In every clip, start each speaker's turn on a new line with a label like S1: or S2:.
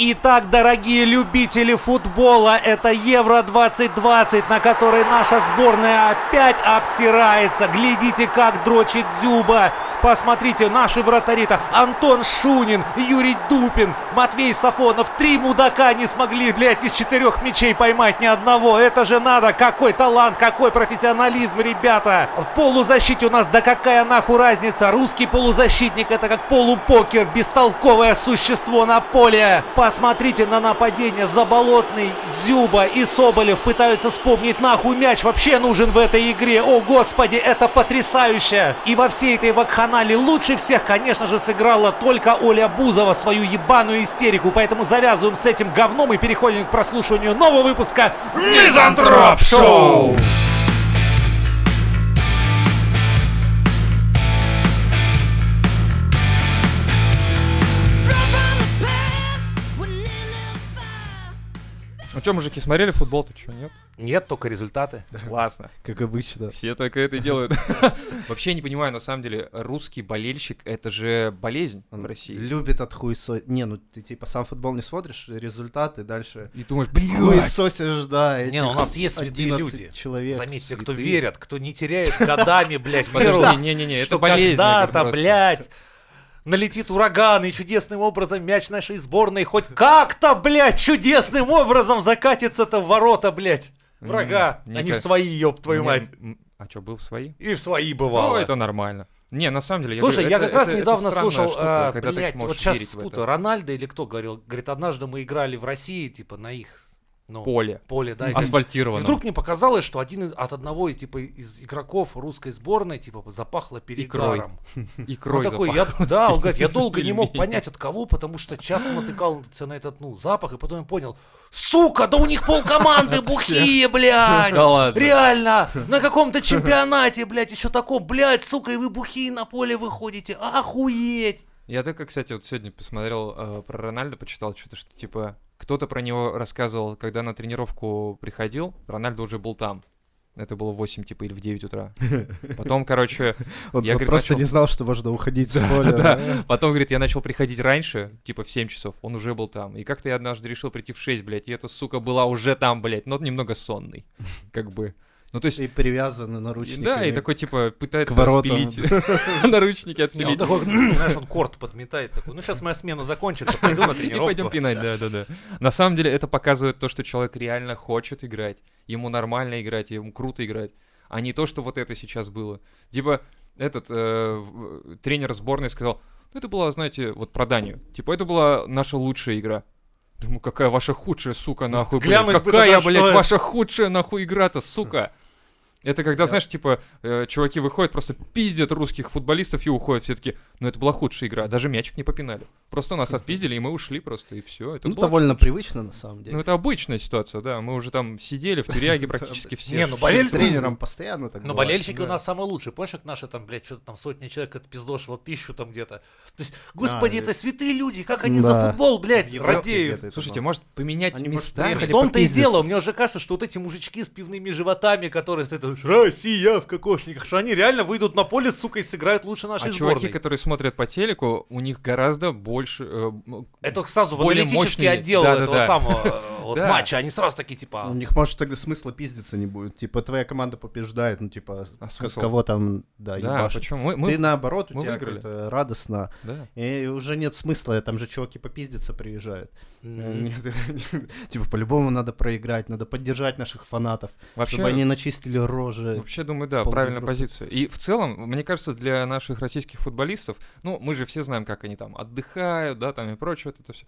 S1: Итак, дорогие любители футбола, это Евро 2020, на которой наша сборная опять обсирается. Глядите, как дрочит Дзюба. Посмотрите, наши вратари-то Антон Шунин, Юрий Дупин, Матвей Сафонов. Три мудака не смогли, блядь, из четырех мячей поймать ни одного. Это же надо. Какой талант, какой профессионализм, ребята. В полузащите у нас да какая нахуй разница. Русский полузащитник это как полупокер, бестолковое существо на поле. Посмотрите на нападение. Заболотный, Дзюба и Соболев пытаются вспомнить нахуй мяч вообще нужен в этой игре. О господи, это потрясающе. И во всей этой вакханале лучше всех, конечно же, сыграла только Оля Бузова свою ебаную истерику. Поэтому завязываем с этим говном и переходим к прослушиванию нового выпуска
S2: Мизантроп Шоу!
S3: Ну что, мужики, смотрели футбол-то, что, нет?
S1: Нет, только результаты.
S3: Классно.
S4: Как обычно.
S3: Все только это и делают. Вообще не понимаю, на самом деле, русский болельщик — это же болезнь в России.
S4: Любит отхуесосить. Не, ну ты типа сам футбол не смотришь, результаты дальше.
S3: И думаешь, блин,
S4: Хуесосишь, да.
S1: Не,
S4: этих
S1: ну у нас есть святые
S4: 11
S1: люди.
S4: человек.
S1: Заметьте, кто
S4: святые.
S1: верят, кто не теряет годами, блядь, веру.
S3: Подожди, не-не-не, это
S1: что
S3: болезнь. это
S1: когда-то,
S3: просто.
S1: блядь, налетит ураган, и чудесным образом мяч нашей сборной хоть как-то, блядь, чудесным образом закатится-то в ворота, блядь, врага,
S3: М,
S1: а не
S3: Ника-
S1: в свои, ёб твою
S3: Не,
S1: мать.
S3: м, А что, был в свои?
S1: И в свои
S3: Ну,
S1: бывало.
S3: это нормально. Не, на самом деле, я
S1: Слушай,
S3: говорю,
S1: я
S3: это-
S1: как раз
S3: это- это
S1: недавно
S3: странная
S1: слушал,
S3: штука,
S1: а,
S3: когда ты
S1: блядь,
S3: можешь
S1: вот сейчас
S3: верить в это.
S1: спутаю, Рональдо или кто говорил, говорит, однажды мы играли в России, типа, на их, ну,
S3: Поле. А
S1: поле, да, и как- И
S3: Асфальтировано.
S1: вдруг мне показалось, что один из- от одного типа из игроков русской сборной типа запахло перегаром.
S3: Икрой
S1: он такой, я,
S3: запах.
S1: да, он говорит, я
S3: из
S1: долго не мог
S3: пельменей».
S1: понять от кого, потому что часто натыкался на этот ну запах, и потом я понял, сука, да у них полкоманды бухие, блядь,
S3: Да ладно.
S1: реально, на каком-то чемпионате, блядь, еще таком, блядь, сука, и вы бухие на поле выходите, охуеть.
S3: Я так, кстати, вот сегодня посмотрел э, про Рональда, почитал что-то, что типа кто-то про него рассказывал, когда на тренировку приходил, Рональдо уже был там. Это было в 8, типа, или в 9 утра. Потом, короче,
S4: Он
S3: Я,
S4: бы
S3: говорит,
S4: просто
S3: начал-
S4: не знал, что можно уходить с поля. да.
S3: потом, говорит, я начал приходить раньше, типа, в 7 часов, он уже был там. И как-то я однажды решил прийти в 6, блядь, и эта сука была уже там, блядь, но немного сонный, как бы. Ну, то есть,
S4: И привязаны
S3: и-
S4: наручниками.
S3: да, и такой, типа, пытается
S4: К воротам.
S3: распилить наручники,
S1: Не, он
S3: отпилить.
S1: такой, знаешь, он корт подметает такой, ну сейчас моя смена закончится, пойду на
S3: И
S1: тренировку.
S3: пойдем пинать, да, да, да. На самом деле это показывает то, что человек реально хочет играть. Ему нормально играть, ему круто играть. А не то, что вот это сейчас было. Типа этот э, в- тренер сборной сказал, ну это была, знаете, вот про Данию. Типа это была наша лучшая игра. Думаю, какая ваша худшая, сука, нахуй, блядь.
S1: глянуть бы
S3: Какая,
S1: тогда, что
S3: блядь,
S1: это.
S3: ваша худшая, нахуй, игра-то, сука. Это когда, знаешь, типа, э, чуваки выходят, просто пиздят русских футболистов и уходят все таки Ну, это была худшая игра, даже мячик не попинали. Просто нас отпиздили, и мы ушли просто, и все. Это
S4: Ну,
S3: было-
S4: довольно привычно, на самом
S3: Ну,
S4: деле.
S3: это обычная ситуация, да. Мы уже там сидели в тюряге практически все.
S1: Не, ну
S4: С
S1: болельщики,
S4: тренером постоянно так
S1: Но
S4: бывает.
S1: болельщики у
S3: да.
S1: нас самые лучшие. Помнишь, как наши там, блядь, что-то там сотни человек отпиздошило, тысячу там где-то. То есть, господи,
S4: и-
S1: это святые люди, как они
S4: А, Да.
S1: за футбол, блядь,
S4: Европе
S1: радеют.
S4: где-то это ну,
S3: Слушайте,
S4: было.
S3: может поменять
S4: Они, может,
S3: места?
S4: приехали
S1: В
S4: или
S1: том-то и
S4: попиздиться.
S1: дело, мне уже кажется, что вот эти мужички с пивными животами, которые стоят, там, Россия в кокошниках, что они реально выйдут на поле, сука, и сыграют лучше нашей
S3: а чуваки,
S1: сборной.
S3: которые смотрят по телеку, у них гораздо больше... э, м-
S1: Это сразу в
S3: более
S1: аналитический
S3: мощные-
S1: отдел
S3: Да, да,
S1: этого
S3: да.
S1: самого э, вот
S3: Да.
S1: матча, они сразу такие, типа,
S4: У них, может, тогда смысла пиздиться не будет. Типа, твоя команда побеждает, ну, типа,
S3: А
S4: к-
S3: смысл?
S4: кого там, да,
S3: Да,
S4: ебашит.
S3: почему? Мы, мы-
S4: Ты наоборот, у
S3: мы
S4: тебя
S3: выиграли.
S4: как-то радостно.
S3: да.
S4: И уже нет смысла, там же чуваки попиздиться приезжают. Э, ну,
S1: м,
S4: Типа, по-любому надо проиграть, надо поддержать наших фанатов,
S3: А Вообще,
S4: чтобы они начистили рожи.
S3: Вообще, думаю, да,
S4: Пол
S3: правильная
S4: Европы.
S3: позиция. И в целом, мне кажется, для наших российских футболистов, ну, мы же все знаем, как они там отдыхают, да, там и прочее, вот это все.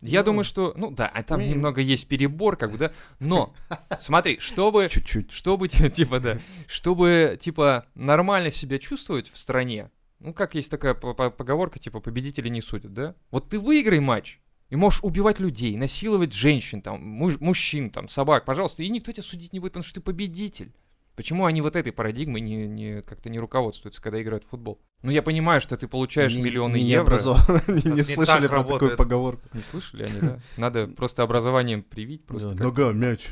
S3: Я
S4: Ну,
S3: думаю, что, ну да, а там
S4: не-
S3: немного есть перебор, как бы, да, но, смотри, чтобы,
S4: Чуть-чуть.
S3: чтобы, ти- типа, да, чтобы, типа, нормально себя чувствовать в стране, ну, как есть такая по- по- поговорка, типа, победители не судят, да? Вот ты выиграй матч, и можешь убивать людей, насиловать женщин, там, муж- мужчин, там, собак, пожалуйста, и никто тебя судить не будет, потому что ты победитель. Почему они вот этой парадигмой не, не- как-то не руководствуются, когда играют в футбол? Ну, я понимаю, что ты получаешь
S4: Не-
S3: миллионы
S4: не
S3: евро.
S4: образован-
S1: Так
S4: Не
S1: не
S4: слышали
S1: так
S4: про такую
S1: работает.
S4: поговорку.
S3: Не слышали они, да? Надо просто образованием привить. Просто
S4: Да,
S3: как-
S4: Нога, мяч.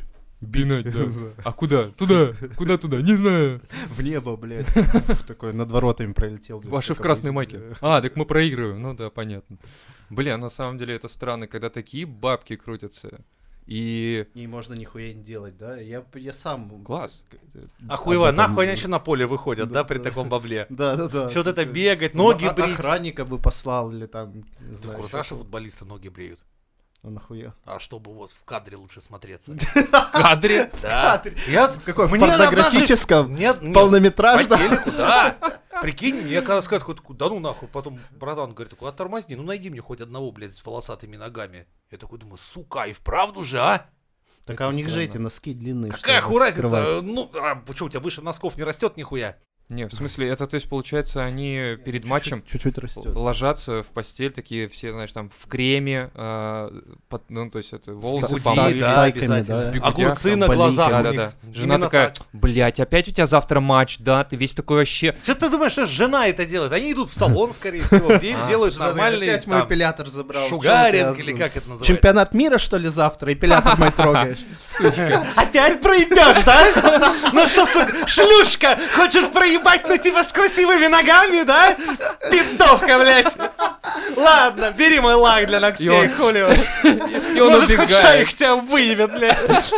S3: Пинать, да. А куда? Туда, куда туда? Не знаю.
S4: В небо, блядь. Ф, Такой над воротами пролетел. блядь,
S3: Ваши в
S4: такой,
S3: красной
S4: э,
S3: майке. А, так мы проигрываем. Ну да, понятно. Бля, на самом деле это странно, когда такие бабки крутятся. И
S4: И можно нихуя не делать, да? Я, я сам...
S3: класс.
S2: Охуево,
S4: Об этом
S2: нахуй они еще на поле выходят, да,
S4: Да,
S2: при
S4: да.
S2: таком бабле.
S4: Да, да, да.
S2: Что-то это
S4: Э,
S2: бегать,
S4: ну,
S2: ноги
S4: а-
S2: брить.
S4: Охранника бы послал или там, не
S1: Да
S4: знаю.
S1: круто,
S4: что.
S1: что футболисты ноги бреют.
S4: А нахуя?
S1: А чтобы вот в кадре лучше смотреться.
S3: В кадре.
S1: Да. Я в
S4: Какой, в порнографическом?
S1: Нет, нет, по
S4: Полнометражном?
S1: телеку, да. Прикинь, мне когда сказать, да ну нахуй, потом братан говорит, такой, оттормозни, ну найди мне хоть одного, блядь, с волосатыми ногами. Я такой думаю, сука, и вправду же, а?
S4: Так а у
S3: Это
S4: них же
S3: странно.
S4: эти носки длинные.
S1: Какая
S4: чтобы
S1: ху
S4: скрывать.
S1: разница? Ну, а почему у тебя выше носков не растет нихуя?
S3: Не, в смысле, это, то есть, получается, они перед
S4: Чуть-чуть-
S3: матчем
S4: Чуть-чуть растет.
S3: ложатся в постель, такие все, знаешь, там, в креме, а, под- ну, то есть, это волосы
S1: худи,
S3: помыли.
S1: да, обязательно.
S4: да.
S3: В бигудях,
S1: Огурцы
S4: там,
S1: на
S4: блинки.
S1: глазах.
S3: Да,
S1: у
S3: да,
S1: них.
S3: да. Жена
S1: Именно
S3: такая, блять, опять у тебя завтра матч, да, ты весь такой вообще.
S1: Что ты думаешь, что жена это делает? Они идут в салон, скорее всего, где им
S3: А.
S1: делают
S4: Что-то
S1: нормальный
S4: Опять мой
S1: там,
S4: эпилятор забрал.
S1: шугаринг
S4: Чё
S1: или
S4: ты,
S1: как это называется.
S4: Чемпионат мира, что ли, завтра? Эпилятор мой трогаешь.
S2: Опять проебешь, да? Ну что, сука, шлюшка, хочешь проебать, ну типа с красивыми ногами, да? Пидовка, блядь. Ладно, бери мой лак для
S3: И
S2: ногтей,
S3: он-
S2: хули. его.
S3: И он
S2: Может, хоть
S3: убегает,
S2: шайх тебя выебет, блядь.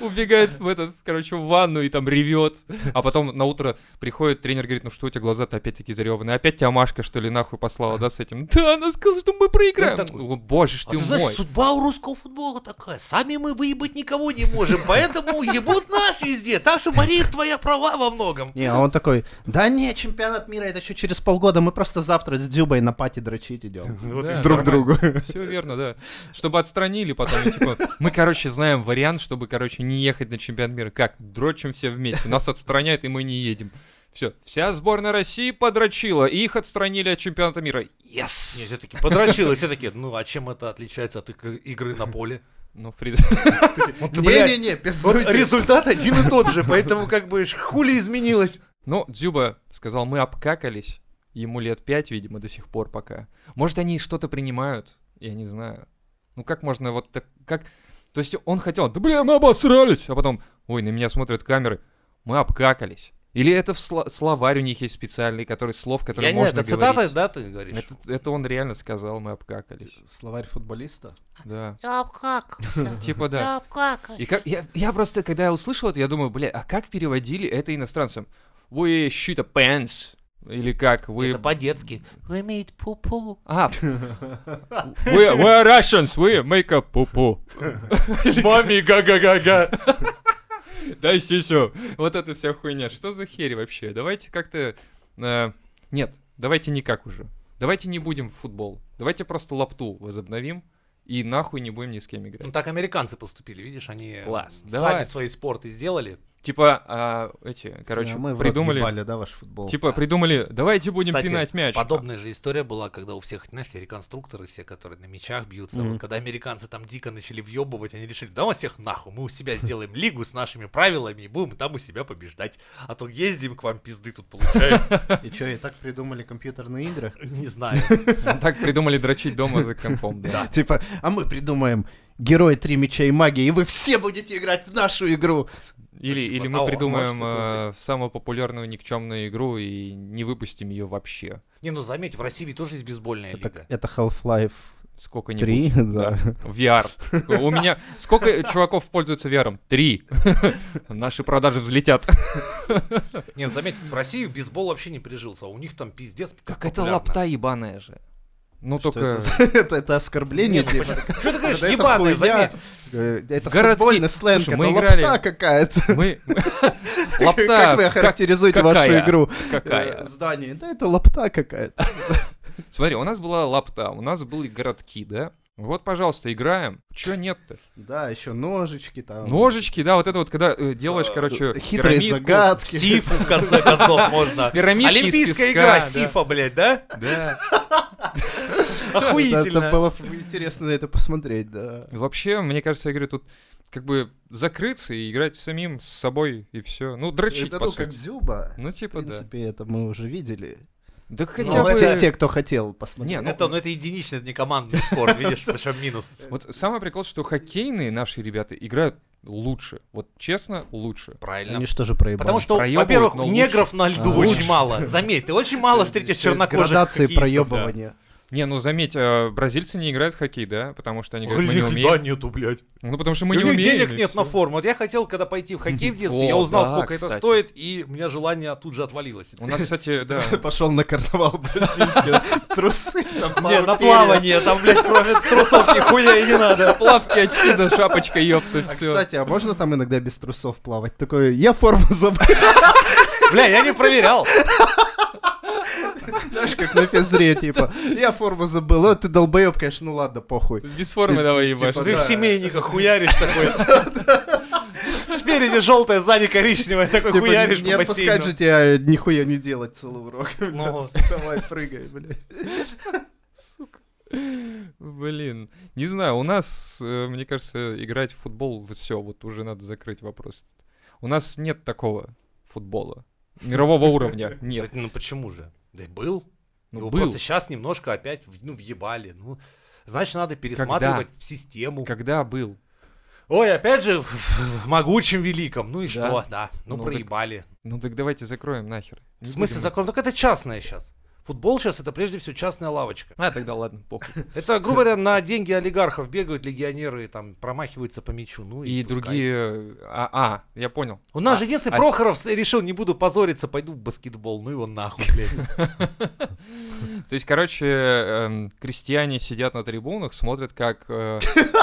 S3: убегает в этот, короче, в ванну и там ревет. А потом на утро приходит тренер, говорит, ну что у тебя глаза-то опять такие зареванные, опять тебя Машка, что ли, нахуй послала, да, с этим? Да, она сказала, что мы проиграем.
S1: Ну, такой.
S3: О, боже ж
S1: А
S3: ты
S1: ты знаешь,
S3: мой.
S1: судьба у русского футбола такая. Сами мы выебать никого не можем, поэтому ебут нас везде. Так что, Мария, твоя права во многом.
S4: Не, а он такой, да не, чемпионат мира, это еще через полгода, мы просто завтра с Дюбой на пати дрочить идем. Друг другу.
S3: Все верно, да. Чтобы отстранили потом. и типа, мы, короче, знаем вариант, чтобы, короче, не ехать на чемпионат мира. Как? Дрочим все вместе. Нас отстраняют, и мы не едем. Все. Вся сборная России подрочила, и их отстранили от чемпионата мира.
S1: Не, все-таки подрочило, все-таки. Ну, а чем это отличается от иг- игры на поле?
S3: Ну, в принципе.
S1: блядь.
S4: Не-не-не,
S1: Вот
S4: пиздуйте.
S1: результат один и тот же, поэтому как бы ж хули изменилось.
S3: Ну, Дзюба сказал, мы обкакались. Ему лет пять, видимо, до сих пор пока. Может, они что-то принимают? Я не знаю. Ну, как можно вот так... Как... То есть он хотел, да бля, мы обосрались. А потом, ой, на меня смотрят камеры. Мы обкакались. Или это в сла- словарь у них есть специальный, который слов, который
S1: Я не знаю,
S3: можно
S1: это цитата,
S3: говорить.
S1: да, ты говоришь?
S3: Это, это он реально сказал, мы обкакались.
S4: Словарь футболиста?
S3: Да.
S5: Я обкакался.
S3: Типа да.
S5: Я обкакался.
S3: И как, я, я просто, когда я услышал это, я думаю, бля, а как переводили это иностранцам? We shoot a pants. Или как? Вы
S1: Это по-детски.
S5: Вы имеете пупу.
S3: А, we, we are Russians, we make a пупу. Мами, га-га-га-га. Дай сисю. Вот эта вся хуйня. Что за херь вообще? Давайте как-то... э, Нет, давайте никак уже. Давайте не будем в футбол. Давайте просто лапту возобновим и нахуй не будем ни с кем
S1: Ну
S3: играть.
S1: так американцы поступили, видишь, они э,
S3: Класс,
S1: сами
S3: давай.
S1: свои спорты сделали.
S3: Типа, а, эти, короче,
S4: Да, мы в рот
S3: придумали...
S4: ебали, да, ваш футбол?
S3: Типа, придумали, давайте будем
S1: Кстати,
S3: пинать мяч.
S1: Подобная же история была, когда у всех, знаешь, те реконструкторы, все, которые на мячах бьются.
S4: Мгм.
S1: Вот когда американцы там дико начали въебывать, они решили, да у всех нахуй, мы у себя сделаем лигу с нашими правилами и будем там у себя побеждать. А то ездим к вам пизды тут получаем.
S4: И что, и так придумали компьютерные игры?
S1: Не знаю.
S3: Так придумали дрочить дома за компом, да.
S4: Типа, а мы придумаем герой три меча и магии, и вы все будете играть в нашу игру.
S3: Или,
S1: типа того,
S3: или мы
S1: а
S3: придумаем
S1: может, это
S3: э, самую популярную никчемную игру и не выпустим ее вообще.
S1: Не, ну заметь, в России ведь тоже есть бейсбольная
S4: Это
S1: лига.
S4: это Half-Life
S3: Сколько-нибудь.
S4: 3, да.
S3: VR. Такой, У меня... Сколько чуваков пользуются VR? Три. Наши продажи взлетят.
S1: Не, ну заметь, в России бейсбол вообще не прижился, а у них там пиздец.
S3: Как это
S1: популярно.
S3: лапта ебаная же. Ну,
S4: Что
S3: только...
S4: это за- Это это оскорбление, типа.
S1: Что ты говоришь,
S4: Да это
S1: ебаная,
S4: хуйня.
S1: заметь.
S4: Э, Это
S3: Городские-
S4: футбольный сленг,
S3: Слушай,
S4: это
S3: мы играли-
S4: лапта какая-то.
S3: Мы... Лапта...
S4: Как вы
S3: как-
S4: охарактеризуете вашу
S3: какая?
S4: игру?
S3: Какая?
S4: Э, Здание. Да это лапта какая-то.
S3: Смотри, у нас была лапта, у нас были городки, да? Вот, пожалуйста, играем. Чё нет-то?
S4: Да, еще ножички там.
S3: Ножички, да, вот это вот, когда э,
S4: А,
S3: делаешь, короче,
S4: Хитрые
S3: пирамидку.
S4: загадки.
S1: Сифу, в конце концов, можно.
S3: Пирамидки из
S1: Олимпийская
S3: песка,
S1: игра
S3: да.
S1: Сифа, блядь, да?
S3: Да.
S4: Это- Это
S1: Охуительно.
S4: было ф- интересно на это посмотреть, да.
S3: Вообще, мне кажется, я говорю, тут как бы закрыться и играть самим с собой и все. Ну, дрочить,
S4: Это
S3: по
S4: ну
S3: сути.
S4: как Дзюба.
S3: Ну,
S4: В
S3: типа, да.
S4: принципе, это мы уже видели.
S3: Да хотя
S4: Ну,
S3: бы...
S4: те, те, кто хотел посмотреть.
S3: Не, ну,
S1: Это, ну, это единичный, это не командный спорт, видишь, причем минус.
S3: Вот самый прикол, что хоккейные наши ребята играют лучше. Вот честно, лучше.
S1: Правильно.
S4: Они что же проебали?
S1: Потому что,
S3: Проебывают,
S1: во-первых,
S3: но
S1: негров на льду
S4: А,
S1: очень
S4: лучше.
S1: мало. Заметь, ты очень мало встретишь чернокожих
S4: Градации
S1: хоккеистов,
S4: проебывания.
S3: Не, ну заметь, э, бразильцы не играют в хоккей, да? Потому что они
S1: да.
S3: говорят, мы не
S1: Блин, льда
S3: умеем.
S1: нету, блядь.
S3: Ну, потому что мы
S1: И
S3: не
S1: у них
S3: умеем.
S1: денег
S3: и
S1: нет на
S3: всё.
S1: форму. Вот я хотел, когда пойти в хоккей в детстве,
S3: О,
S1: я узнал,
S3: да,
S1: сколько это
S3: кстати.
S1: стоит, и у меня желание тут же отвалилось.
S3: У нас, кстати, да.
S4: Пошел на карнавал бразильский. Трусы там
S1: Не, на
S4: пару
S1: плавание, там, блядь, кроме трусов нихуя и не надо.
S3: Плавки, очки, да шапочка, ёпта,
S4: А,
S3: все.
S4: кстати, а можно там иногда без трусов плавать? Такое, я форму забыл.
S1: Бля, я не проверял.
S4: Знаешь, как на физре, типа, я форму забыл. О, ты долбоеб, конечно, ну ладно, похуй.
S3: Без формы давай
S4: типа,
S3: ебашь.
S1: Ты в семейниках хуяришь такой. Спереди желтое, сзади коричневое, такой
S4: Типа,
S1: хуяришь
S4: не
S1: по
S4: отпускать
S1: бассейну.
S4: же тебя э, нихуя не делать целый урок.
S1: Ну.
S4: Давай, прыгай, блядь.
S3: Блин, не знаю, у нас, э, мне кажется, играть в футбол, вот все, вот уже надо закрыть вопрос. У нас нет такого футбола. Мирового уровня нет.
S1: Да, Ну почему же? Да и был.
S3: Ну,
S1: Его
S3: был.
S1: просто сейчас немножко опять в- ну, въебали. Ну, значит, надо пересматривать систему.
S3: Когда был?
S1: Ой, опять же, в могучем великом. Ну и что, да. Ну,
S3: Ну, так
S1: проебали.
S3: Ну так давайте закроем нахер.
S1: В
S3: Не
S1: смысле
S3: будем-
S1: закон? Так это частное сейчас. Футбол сейчас это прежде всего частная лавочка.
S3: А, тогда ладно, похуй.
S1: Это, грубо говоря, на деньги олигархов бегают легионеры и там промахиваются по мячу. Ну и,
S3: И
S1: пускай.
S3: другие... э, А, а, я понял.
S1: У нас
S3: А,
S1: же, если
S3: а-
S1: Прохоров с- решил, не буду позориться, пойду в баскетбол, ну его нахуй, блядь.
S3: То есть, короче, эм, крестьяне сидят на трибунах, смотрят, как э,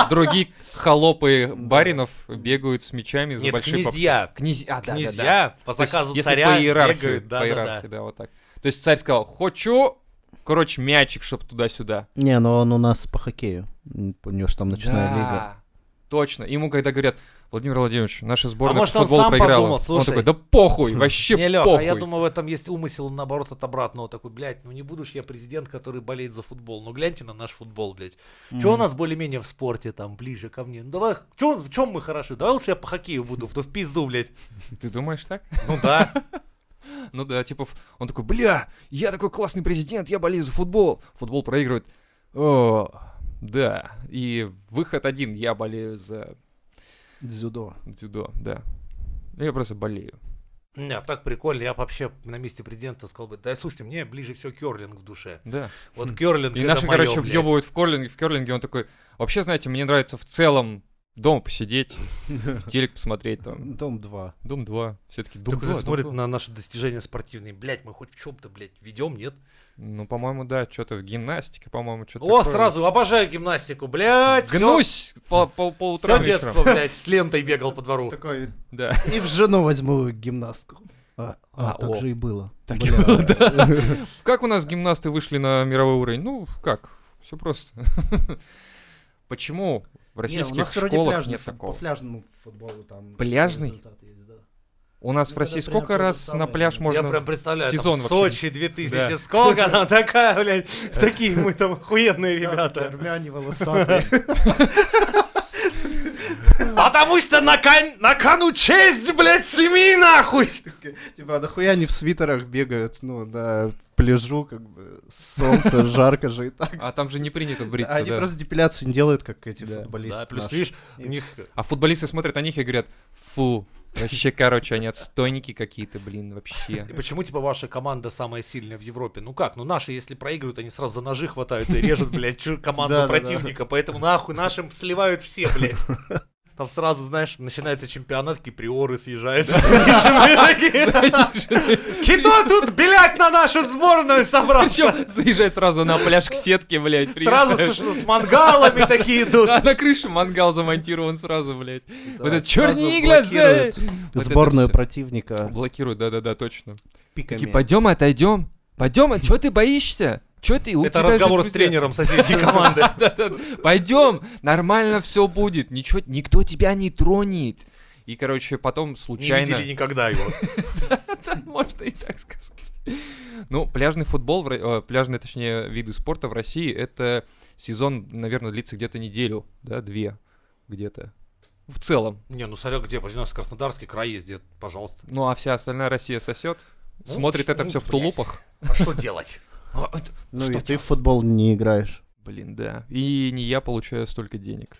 S3: другие холопы баринов бегают с мечами за
S1: Нет,
S3: большие... поп-
S1: князья.
S3: Князья, а, да, да, да.
S1: Князья по
S3: То есть,
S1: заказу
S3: если
S1: царя
S3: по иерархии,
S1: бегают.
S3: по
S1: Да-да-да.
S3: иерархии, да, вот так. То есть царь сказал, хочу, короче, мячик, чтоб туда-сюда.
S4: Не, ну он у нас по хоккею. У него же там
S3: Да, Точно. Ему когда говорят, Владимир Владимирович, наша
S1: А
S3: сборная
S1: может,
S3: в
S1: он
S3: футбол
S1: сам
S3: проиграла.
S1: подумал,
S3: он
S1: слушай.
S3: такой, да похуй, вообще
S1: Не, Лёх,
S3: похуй.
S1: а я думаю, в этом есть умысел, наоборот, от обратного. Такой, блядь, ну не буду ж я президент, который болеет за футбол. Ну гляньте на наш футбол, блядь. Че у нас более-менее в спорте там, ближе ко мне? Ну давай, чё- в чем мы хороши? Давай лучше я по хоккею буду, то в пизду, блядь.
S3: Ты думаешь так?
S1: Ну да.
S3: Ну да, типа, ф- он такой, бля, я такой классный президент, я болею за футбол. Футбол проигрывает. О, да. И выход один, я болею за
S4: Дзюдо.
S3: дзюдо, да. Ну, Я просто болею.
S1: Не, так прикольно. Я вообще на месте президента сказал бы, да слушайте, мне ближе все керлинг в душе.
S3: Да.
S1: Вот керлинг
S3: Хм. И
S1: это
S3: наши,
S1: моё,
S3: короче,
S1: блядь.
S3: въебывают в керлинге, в керлинге он такой, вообще, знаете, мне нравится в целом дома посидеть, в телек посмотреть там.
S4: Дом 2.
S3: Дом 2. Все-таки Дом
S1: Такой
S3: 2.
S1: смотрит на наши достижения спортивные. Блядь, мы хоть в чем-то, блядь, ведем, нет?
S3: Ну, по-моему, да, что-то гимнастика, по-моему, что-то
S1: О, сразу обожаю гимнастику, блядь. всё.
S3: Ну, Гнусь по, по, по
S1: Все
S3: утрам вечером.
S1: детство, блядь, с лентой бегал по двору.
S4: Такой,
S3: Да.
S4: и в жену возьму гимнастку. А,
S3: А,
S4: а, так
S3: о.
S4: же и было.
S3: Так
S4: Бля.
S3: Как у нас гимнасты вышли на мировой уровень? Ну, как? Все просто. Почему в
S4: Не, у
S3: российских
S4: нас вроде
S3: школах
S4: пляжный
S3: нет
S4: фут-
S3: такого?
S4: По пляжному футболу там.
S3: Пляжный?
S4: результаты есть, да.
S3: У нас
S4: Ну,
S3: в России
S4: когда прям
S3: сколько
S4: то же
S3: раз на
S4: самое,
S3: пляж
S4: да.
S3: можно...
S1: Я прям представляю, там
S3: сезон вообще.
S1: Сочи 2000,
S3: Да.
S1: сколько там такая, блядь, такие мы там охуенные
S4: Да, такие
S1: ребята.
S4: Армяне волосатые.
S1: Потому что на, кон- на кону честь, блядь, семьи, нахуй!
S4: Типа, а нахуя они в свитерах бегают, ну, на пляжу, как бы, солнце, жарко же и так. А
S3: А там же не принято бриться,
S4: Они
S3: да.
S4: просто депиляцию не делают, как эти
S3: Да.
S4: футболисты
S1: Да, плюс,
S4: наши.
S1: видишь, у
S4: И
S1: них...
S3: А футболисты смотрят на них и говорят, фу, вообще, короче, они отстойники какие-то, блин, вообще.
S1: И почему, типа, ваша команда самая сильная в Европе? Ну как, ну наши, если проигрывают, они сразу за ножи хватаются и режут, блядь, чу- команду
S4: Да-да-да.
S1: противника, поэтому нахуй нашим сливают все, блядь. Там сразу, знаешь, начинается чемпионат, киприоры съезжаются. Кито тут, блядь, на нашу сборную собрался.
S3: Причем заезжает сразу на пляж к сетке, блядь.
S1: Сразу
S3: приезжает.
S1: слышно, с мангалами такие идут.
S3: Да, на крыше мангал замонтирован сразу, блядь.
S4: Да,
S3: Вот это
S4: сразу
S3: черные глаза!
S4: блокируют
S3: Вот это
S4: Сборную
S3: всё.
S4: противника
S3: Блокируют, да-да-да, точно.
S4: пиками.
S1: Типа,
S3: Такие, пойдем, отойдем. Пойдем, а чё ты боишься? Чё ты? У
S1: Это
S3: тебя же
S1: разговор с
S3: друзья».
S1: тренером соседней команды.
S3: Пойдем, нормально все будет. Ничего, никто тебя не тронет. И, короче, потом
S1: Не
S3: случайно...
S1: видели никогда его.
S3: Можно и так сказать. Ну, пляжный футбол, в Ро- э, пляжные, точнее, виды спорта в России, это сезон, наверное, длится где-то неделю, да, две где-то. В целом.
S1: Не, ну Сарек, где? Пожалуйста, у нас Краснодарский край есть, где, пожалуйста.
S3: Ну, а вся остальная Россия сосет,
S1: Ну,
S3: смотрит это
S1: ну,
S3: все в
S1: блядь.
S3: тулупах.
S1: А что делать?
S3: А, это-
S4: Ну
S3: Что
S4: и ты в футбол не играешь.
S3: Блин, да. И не я получаю столько денег.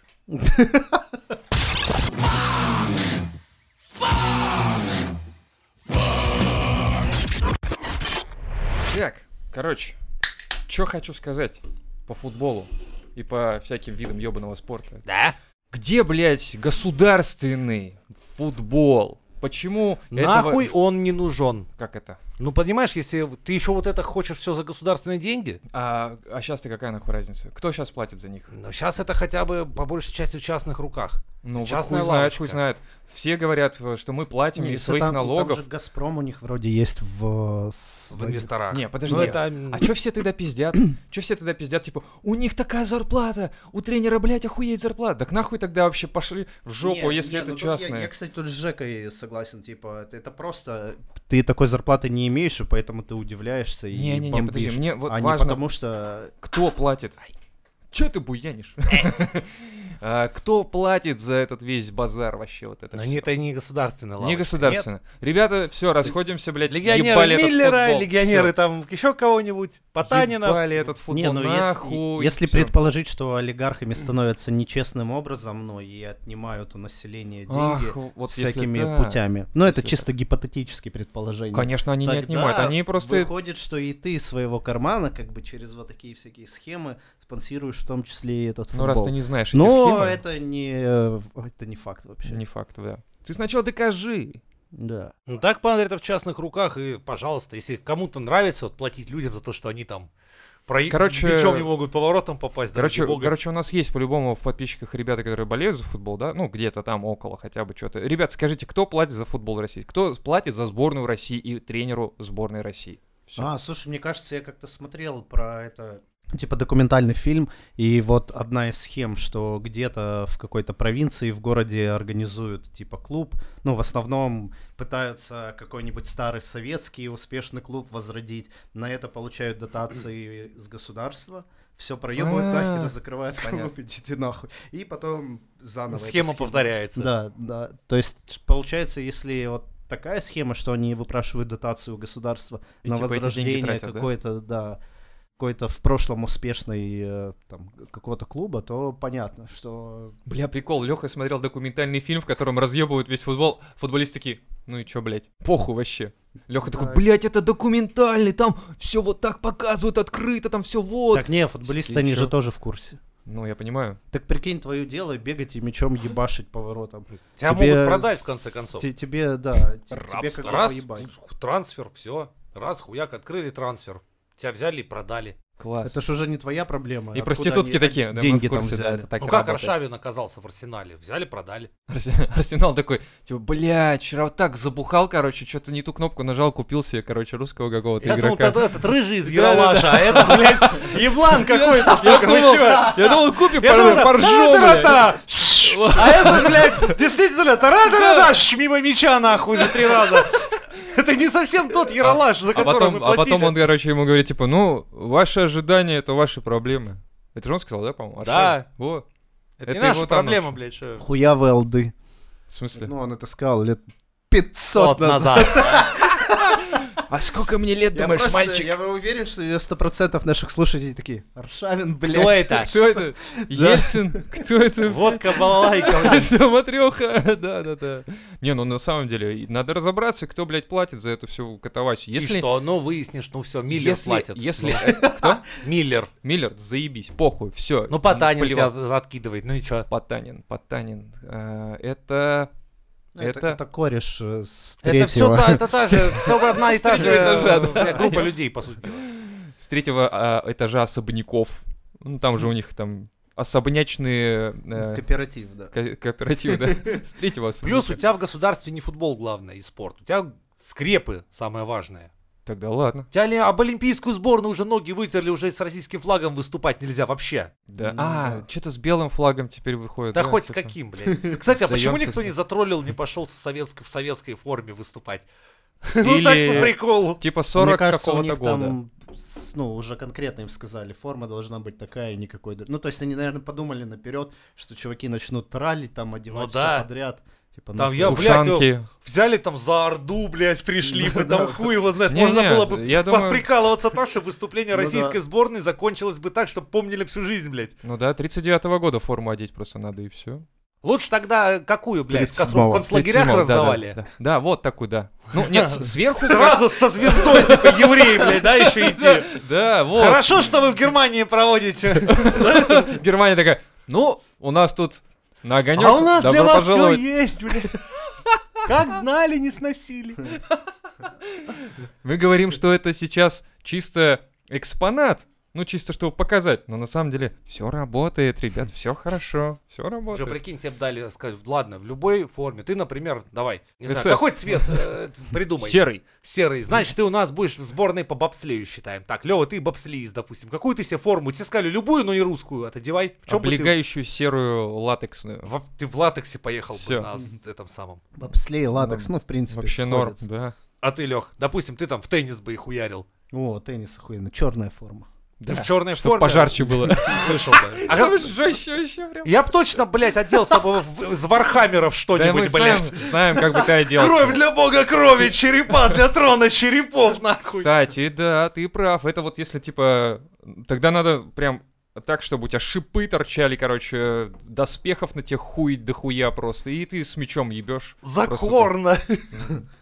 S3: Короче, что хочу сказать по футболу и по всяким видам ебаного спорта.
S1: Да?
S3: Где, блядь, государственный футбол? Почему
S1: Нахуй
S3: этого-
S1: он не нужен.
S3: Как это?
S1: Ну, понимаешь, если ты еще вот это хочешь все за государственные деньги,
S3: А, сейчас ты какая нахуй разница? Кто сейчас платит за них?
S1: но сейчас ну, это хотя бы по большей части в частных руках.
S3: Ну, вот
S1: Частная
S3: хуй знает,
S1: лавочка.
S3: хуй знает. Все говорят, э, что мы платим
S4: Не,
S3: из
S4: если
S3: своих
S4: там-
S3: налогов.
S4: Там же Газпром у них вроде есть в... э, с-
S1: В инвесторах.
S3: Не, подожди.
S1: Ну, это... м,
S3: А чё все тогда пиздят? Чё все тогда пиздят? Типа, у них такая зарплата, у тренера, блядь, охуеть зарплата. Так нахуй тогда вообще пошли в жопу,
S4: Не,
S3: если
S4: не,
S3: это
S4: ну тут я-
S3: частное.
S4: Я, кстати, тут с Жекой согласен, типа, это, это просто... Ты такой зарплаты не имеешь, и поэтому ты удивляешься и
S3: Не-не-не, подожди,
S4: бомбишь.
S3: мне вот
S4: а
S3: важно-
S4: не потому что...
S3: Кто платит? Чё ты буянишь? А, Кто платит за этот весь базар вообще вот это?
S1: но
S4: Ну,
S3: всё?
S1: не- ну, это не государственная лавочка.
S3: Не государственно. Ребята, все, расходимся, блядь,
S1: Нет. Легионеры
S3: ебали этот
S1: Миллера,
S3: футбол,
S1: легионеры
S3: всё.
S1: там еще кого-нибудь, Потанина.
S3: Ебали этот футбол,
S4: не, ну ес-
S3: нахуй.
S4: если
S3: всё.
S4: предположить, что олигархами становятся нечестным образом, ну и отнимают у населения деньги
S3: Ах, вот если
S4: всякими
S3: да.
S4: путями. Но это
S3: Если
S4: чисто гипотетические предположения.
S3: Конечно, они не
S4: Тогда
S3: отнимают, они просто...
S4: Выходит, что и ты из своего кармана, как бы через вот такие всякие схемы, спонсируешь в том числе и этот
S3: Ну,
S4: футбол.
S3: раз ты не знаешь эти
S4: Но
S3: схемы,
S4: это не, э, это не факт вообще.
S3: не факт, да. Ты сначала докажи.
S4: Да.
S1: Ну так, пан, это в частных руках, и, пожалуйста, если кому-то нравится вот, платить людям за то, что они там про...
S3: Короче,
S1: бичом не могут поворотом попасть. да,
S3: Короче,
S1: ради бога.
S3: короче, у нас есть по-любому в подписчиках ребята, которые болеют за футбол, да? Ну, где-то там около хотя бы что-то. Ребят, скажите, кто платит за футбол России? Кто платит за сборную России и тренеру сборной России? Всё.
S4: А, слушай, мне кажется, я как-то смотрел про это типа документальный фильм, и вот одна из схем, что где-то в какой-то провинции, в городе организуют типа клуб, ну, в основном пытаются какой-нибудь старый советский успешный клуб возродить, на это получают дотации с государства, все проебывают
S3: А,
S4: нахер, закрывают
S3: понятно.
S4: клуб, идите нахуй, и потом заново. эта
S1: Схема повторяется.
S4: Да, да. То есть, получается, если вот такая схема, что они выпрашивают дотацию у государства
S3: И
S4: на
S3: типа эти деньги
S4: возрождение
S3: тратят, да?
S4: какой-то, да? какой-то в прошлом успешный э, там какого-то клуба, то понятно, что
S3: Бля, прикол, Леха смотрел документальный фильм, в котором разъебывают весь футбол. Футболисты такие, ну и чё, блядь, похуй вообще. Леха такой,
S4: Да.
S3: блядь, это документальный, там все вот так показывают открыто, там все вот.
S4: так не футболисты они
S3: чё?
S4: же тоже в курсе.
S3: Ну, я понимаю.
S4: Так прикинь, твое дело бегать и мечом ебашить поворотом.
S1: Тебя
S4: Тебе
S1: могут продать, в
S4: с-
S1: конце концов.
S4: те- тебе, да, те- тебе
S1: Рабство.
S4: как бы
S1: Раз,
S4: поебать.
S1: ну, трансфер, все. Раз, хуяк, открыли трансфер. Тебя взяли и продали.
S3: Класс.
S4: Это ж уже не твоя проблема.
S3: И
S4: откуда
S3: проститутки
S4: они-
S3: такие, да, мы
S4: деньги
S3: в курсе,
S4: там
S3: да,
S4: взяли.
S3: это так
S1: ну как
S3: работает.
S1: Аршавин оказался в арсенале? Взяли, продали.
S3: Арсе- Арсенал такой, типа, блядь, вчера вот так забухал, короче, что-то не ту кнопку нажал, купил себе, короче, русского какого-то
S1: Я думал,
S3: игрока.
S1: это этот рыжий из Ералаша, а это, блядь, еблан какой-то, сука, вы
S3: думал,
S1: чё?
S3: Я думал, купи
S1: Я думал, «Ну,
S3: пор-
S1: да,
S3: поржём, блядь.
S1: «Тара-та-та!» А это, блядь, действительно, тара-та-та-та, щ, мимо мяча нахуй за три раза. Это не совсем тот Ералаш, за
S3: А
S1: которого мы
S3: потом, а потом он,
S1: платили.
S3: короче, ему говорит, типа, ну, ваши ожидания — это ваши проблемы. Это же он сказал, да, по-моему?
S1: Да.
S3: Аршавин? Во.
S1: Это не
S3: это
S1: наша
S3: его там
S1: проблема,
S3: наш.
S1: блядь, что...
S4: Хуявые алды.
S3: В смысле?
S4: Ну, он это сказал лет 500 назад.
S3: А сколько мне лет,
S4: Я
S3: думаешь,
S4: просто-
S3: мальчик?
S4: Я уверен, что 90% наших слушателей такие, Аршавин, блядь.
S1: Кто это?
S3: Кто это? Ельцин? Кто это?
S1: Водка, балалайка, блядь.
S3: Что, Матрёха? Да, да, да. Не, ну на самом деле, и надо разобраться, кто, блядь, платит за эту всю катавасию.
S1: И
S3: Если,
S1: что? Ну, выяснишь, ну все, Миллер
S3: если,
S1: платит.
S3: Если...
S1: Ну, Миллер.
S3: Миллер, заебись, похуй, все.
S1: Ну, Потанин тебя откидывает, ну и чё?
S3: Потанин, Потанин. э, Это...
S4: Ну, Это,
S3: Это-
S4: это кореш э, с
S1: Это все
S4: третьего.
S1: та, это та же, все одна и та же
S3: третьего этажа, да.
S1: э, группа людей, по сути дела.
S3: с третьего э, этажа особняков. Ну, там же у них там особнячные... э,
S4: Кооператив, да.
S3: ко- кооперативы, да. С третьего особняка.
S1: Плюс у тебя в государстве не футбол главное и спорт. У тебя скрепы самое важное.
S3: Тогда ладно.
S1: У тебя ли- об олимпийскую сборную уже ноги вытерли, уже с российским флагом выступать нельзя вообще.
S3: Да.
S4: Ну,
S3: А, что-то с белым флагом теперь выходит.
S1: Да, хоть с
S3: что-то.
S1: каким, блядь. Кстати, а почему
S3: Сдаёмся,
S1: никто не
S3: что-то.
S1: затроллил, не пошел с советской, в советской форме выступать? Ну так
S3: Или-
S1: по приколу.
S3: Типа 40
S4: Мне кажется, у
S3: какого-то
S4: них
S3: года.
S4: там, с- ну, уже конкретно им сказали, форма должна быть такая, никакой... дру- Ну, то есть они, наверное, подумали наперед, что чуваки начнут тралить, там, одевать
S1: Ну да.
S4: всё подряд. Типа,
S1: Там
S4: нахуй.
S1: я, блядь, э,
S3: Ушанки.
S1: взяли там за Орду, блядь, пришли бы, там хуй его знает.
S3: Не,
S1: Можно
S3: не,
S1: было бы
S3: я думаю-
S1: прикалываться так, что выступление
S4: Ну да.
S1: российской сборной закончилось бы так, чтобы помнили всю жизнь, блядь.
S3: Ну да, 39-го года форму одеть просто надо и все.
S1: Лучше тогда какую, блядь, которую в
S4: 37-го.
S1: концлагерях
S3: 37-го, да, да,
S1: раздавали?
S3: Да, да, вот такую, да. Ну, нет, с- сверху...
S1: Сразу со звездой, типа, евреи, блядь, да, еще идти.
S3: Да, вот.
S1: Хорошо, что вы в Германии проводите.
S3: Германия такая, ну, у нас тут на огонек.
S1: А у нас
S3: добро
S1: для вас все
S3: пожаловать.
S1: есть, блядь. Как знали, не сносили.
S3: Мы говорим, что это сейчас чисто экспонат. Ну, чисто чтобы показать. Но на самом деле все работает, ребят, все хорошо, все
S1: Уже
S3: работает.
S1: прикинь, тебе бы дали, скажут, ладно, в любой форме. Ты, например, давай, не знаю,
S3: СС.
S1: какой цвет э, придумай?
S3: Серый.
S1: Серый. Значит, ты у нас будешь в сборной по бобслею, считаем. Так, Лева, ты бобслеист, допустим. Какую ты себе форму? Тебе сказали любую, но не русскую. Отодевай. В чем бы
S3: облегающую серую
S1: ты...
S3: латексную.
S1: в- Ты в латексе поехал
S3: Всё.
S1: бы на с- этом самом.
S4: Бобслей, латекс, ну, в принципе,
S3: Вообще норм,
S4: сходится.
S3: да.
S1: А ты, Лех, допустим, ты там в теннис бы их уярил.
S4: О, теннис охуенно, черная форма.
S1: Ты в черной
S3: Чтобы
S1: форме.
S3: пожарче было.
S1: Вышел бы. А я-
S3: Жестче еще прям.
S1: Я бы точно, блядь, одел с собой в- из вархаммеров
S3: Да мы
S1: что-нибудь,
S3: знаем,
S1: блядь.
S3: знаем, как бы ты
S1: Кровь
S3: оделся.
S1: для бога крови, черепа для трона черепов, нахуй.
S3: Кстати, да, ты прав. Это вот если, типа, тогда надо прям так, чтобы у тебя шипы торчали, короче, доспехов на тебе хуй дохуя просто, и ты с мечом ебешь.
S1: Закорно.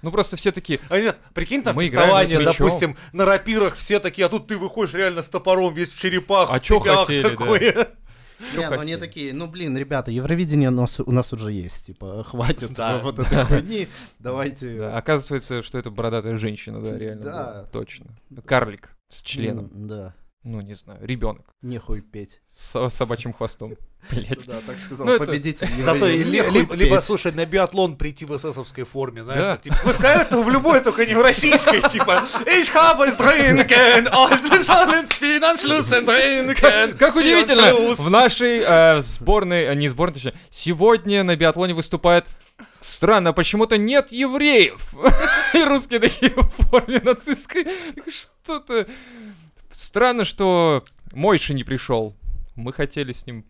S3: Ну просто все такие,
S1: Они, прикинь, там
S3: Мы играем
S1: фехтование,
S3: с мечом.
S1: допустим, на рапирах все такие, а тут ты выходишь реально с топором весь в черепах.
S3: А
S1: в
S3: чё
S1: цепях
S3: хотели, да.
S1: такое.
S4: Не, ну они
S3: хотели?
S4: такие, ну, блин, ребята, Евровидение у нас, у нас уже есть, типа, хватит
S1: Да.
S4: вот этой хуйни, давайте...
S3: да, оказывается, что это бородатая женщина, да, реально.
S4: Да.
S3: было, Точно. Карлик с членом.
S4: М, Да,
S3: Ну, не знаю, ребенок
S4: нехуй петь.
S3: с собачьим хвостом. Блять.
S4: Да, так сказал,
S3: Ну, это-
S4: победитель
S1: Зато и
S4: Евровидения,
S1: ли-
S4: нехуй
S1: либо, либо,
S4: петь.
S1: слушай, на биатлон прийти в эсэсовской форме, знаешь,
S3: Да.
S1: так, типа, пускай это в любой, только не в российской, типа, ich habe es trinken, und schon spielen am Schluss trinken.
S3: Как
S1: Sie am
S3: удивительно,
S1: Schluss.
S3: в нашей э, сборной, э, не сборной, точнее, сегодня на биатлоне выступает Странно, почему-то нет евреев. И русские такие в форме нацистской. Что-то... Странно, что Мойши не пришел. Мы хотели с ним...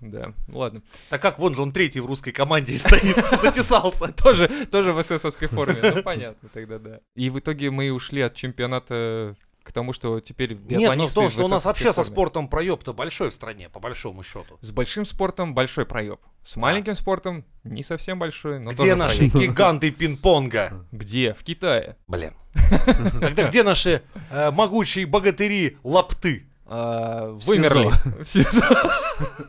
S3: Да, ну ладно.
S1: Так как, вон же он третий в русской команде и стоит, затесался.
S3: Тоже, тоже в эсэсовской форме. Ну, понятно, тогда да. И в итоге мы ушли от чемпионата к тому, что теперь
S1: Нет, ну в
S3: биатлонисты
S1: том, что у нас
S3: эсэсовской
S1: вообще со
S3: форме.
S1: спортом проеб-то большой в стране, по большому счету.
S3: С большим спортом большой проеб. С маленьким спортом не совсем большой, но
S1: Где
S3: тоже
S1: наши
S3: проёб.
S1: гиганты пинг-понга?
S3: Где? В Китае.
S1: Блин. Тогда где наши э, могучие богатыри лапты?
S3: А, Вымерли.
S4: СИЗО.
S3: В СИЗО.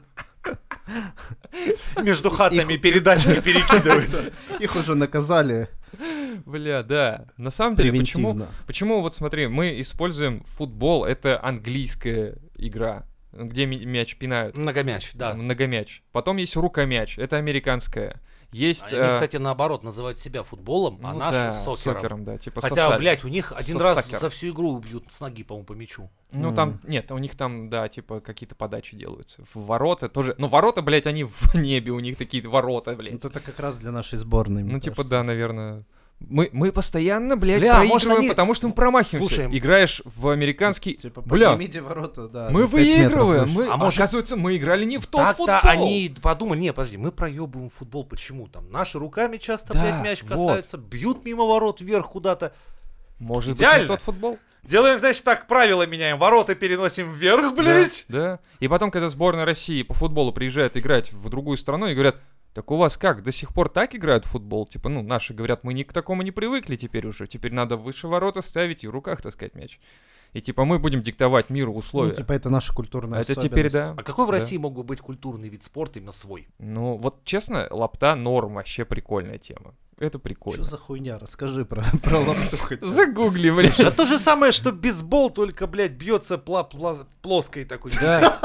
S1: Между хатами передачки перекидываются.
S4: Их уже наказали
S3: Бля, да. На самом деле, почему
S4: превентивно.
S3: Почему вот смотри, мы используем футбол, это английская игра, где ми- мяч пинают,
S1: Многомяч, да.
S3: многомяч. Потом есть рукомяч, это американская. Есть
S1: Они,
S3: э,
S1: кстати, наоборот называют себя футболом, а
S3: ну
S1: наши
S3: да,
S1: сокером.
S3: да, типа
S1: Хотя,
S3: сосать.
S1: блядь, у них один
S3: Сосакер.
S1: раз за всю игру убьют с ноги, по-моему, по мячу.
S3: Ну там, нет, у них там, да, типа какие-то подачи делаются. В ворота тоже, ну ворота, блядь, они в небе, у них такие ворота,
S1: Ну,
S3: блядь.
S4: Вот Это как раз для нашей сборной. мне
S3: Ну, типа,
S4: кажется.
S3: да, наверное. Мы, мы постоянно, блядь,
S1: Бля, а может,
S3: проигрываем,
S1: они-
S3: потому что мы промахиваемся.
S1: Слушай,
S3: Играешь в американский...
S4: Типа,
S3: Бля.
S4: поднимите ворота, да.
S3: мы
S4: на пять метров
S3: выигрываем.
S4: выше.
S3: Мы...
S1: А может-
S3: Оказывается, мы играли не в тот футбол.
S1: Так-то они подумали, не, подожди, мы проебываем футбол, почему там? Наши руками часто,
S3: Да,
S1: блядь, мяч
S3: вот.
S1: касаются, бьют мимо ворот вверх куда-то.
S3: Может быть, не
S1: Идеально.
S3: тот футбол?
S1: Делаем, значит, так, правила меняем, ворота переносим вверх, блядь.
S3: Да. И потом, когда сборная России по футболу приезжает играть в другую страну и говорят, так у вас как, до сих пор так играют в футбол? Типа, ну, наши говорят, мы ни к такому не привыкли теперь уже. Теперь надо выше ворота ставить и в руках таскать мяч. И типа мы будем диктовать миру
S4: Ну,
S3: условия.
S4: типа, это наша культурная
S3: а это теперь, да.
S1: А какой в
S3: Да.
S1: России мог бы быть культурный вид спорта именно свой?
S3: Ну, вот честно, лапта норм, вообще прикольная тема. Это
S4: Что
S3: прикольно.
S4: за хуйня? Расскажи про, про лапту хоть.
S3: Загугли, блядь.
S1: Да а то же самое, что бейсбол, только, блядь, бьется пла- пла- плоской такой.
S3: Да,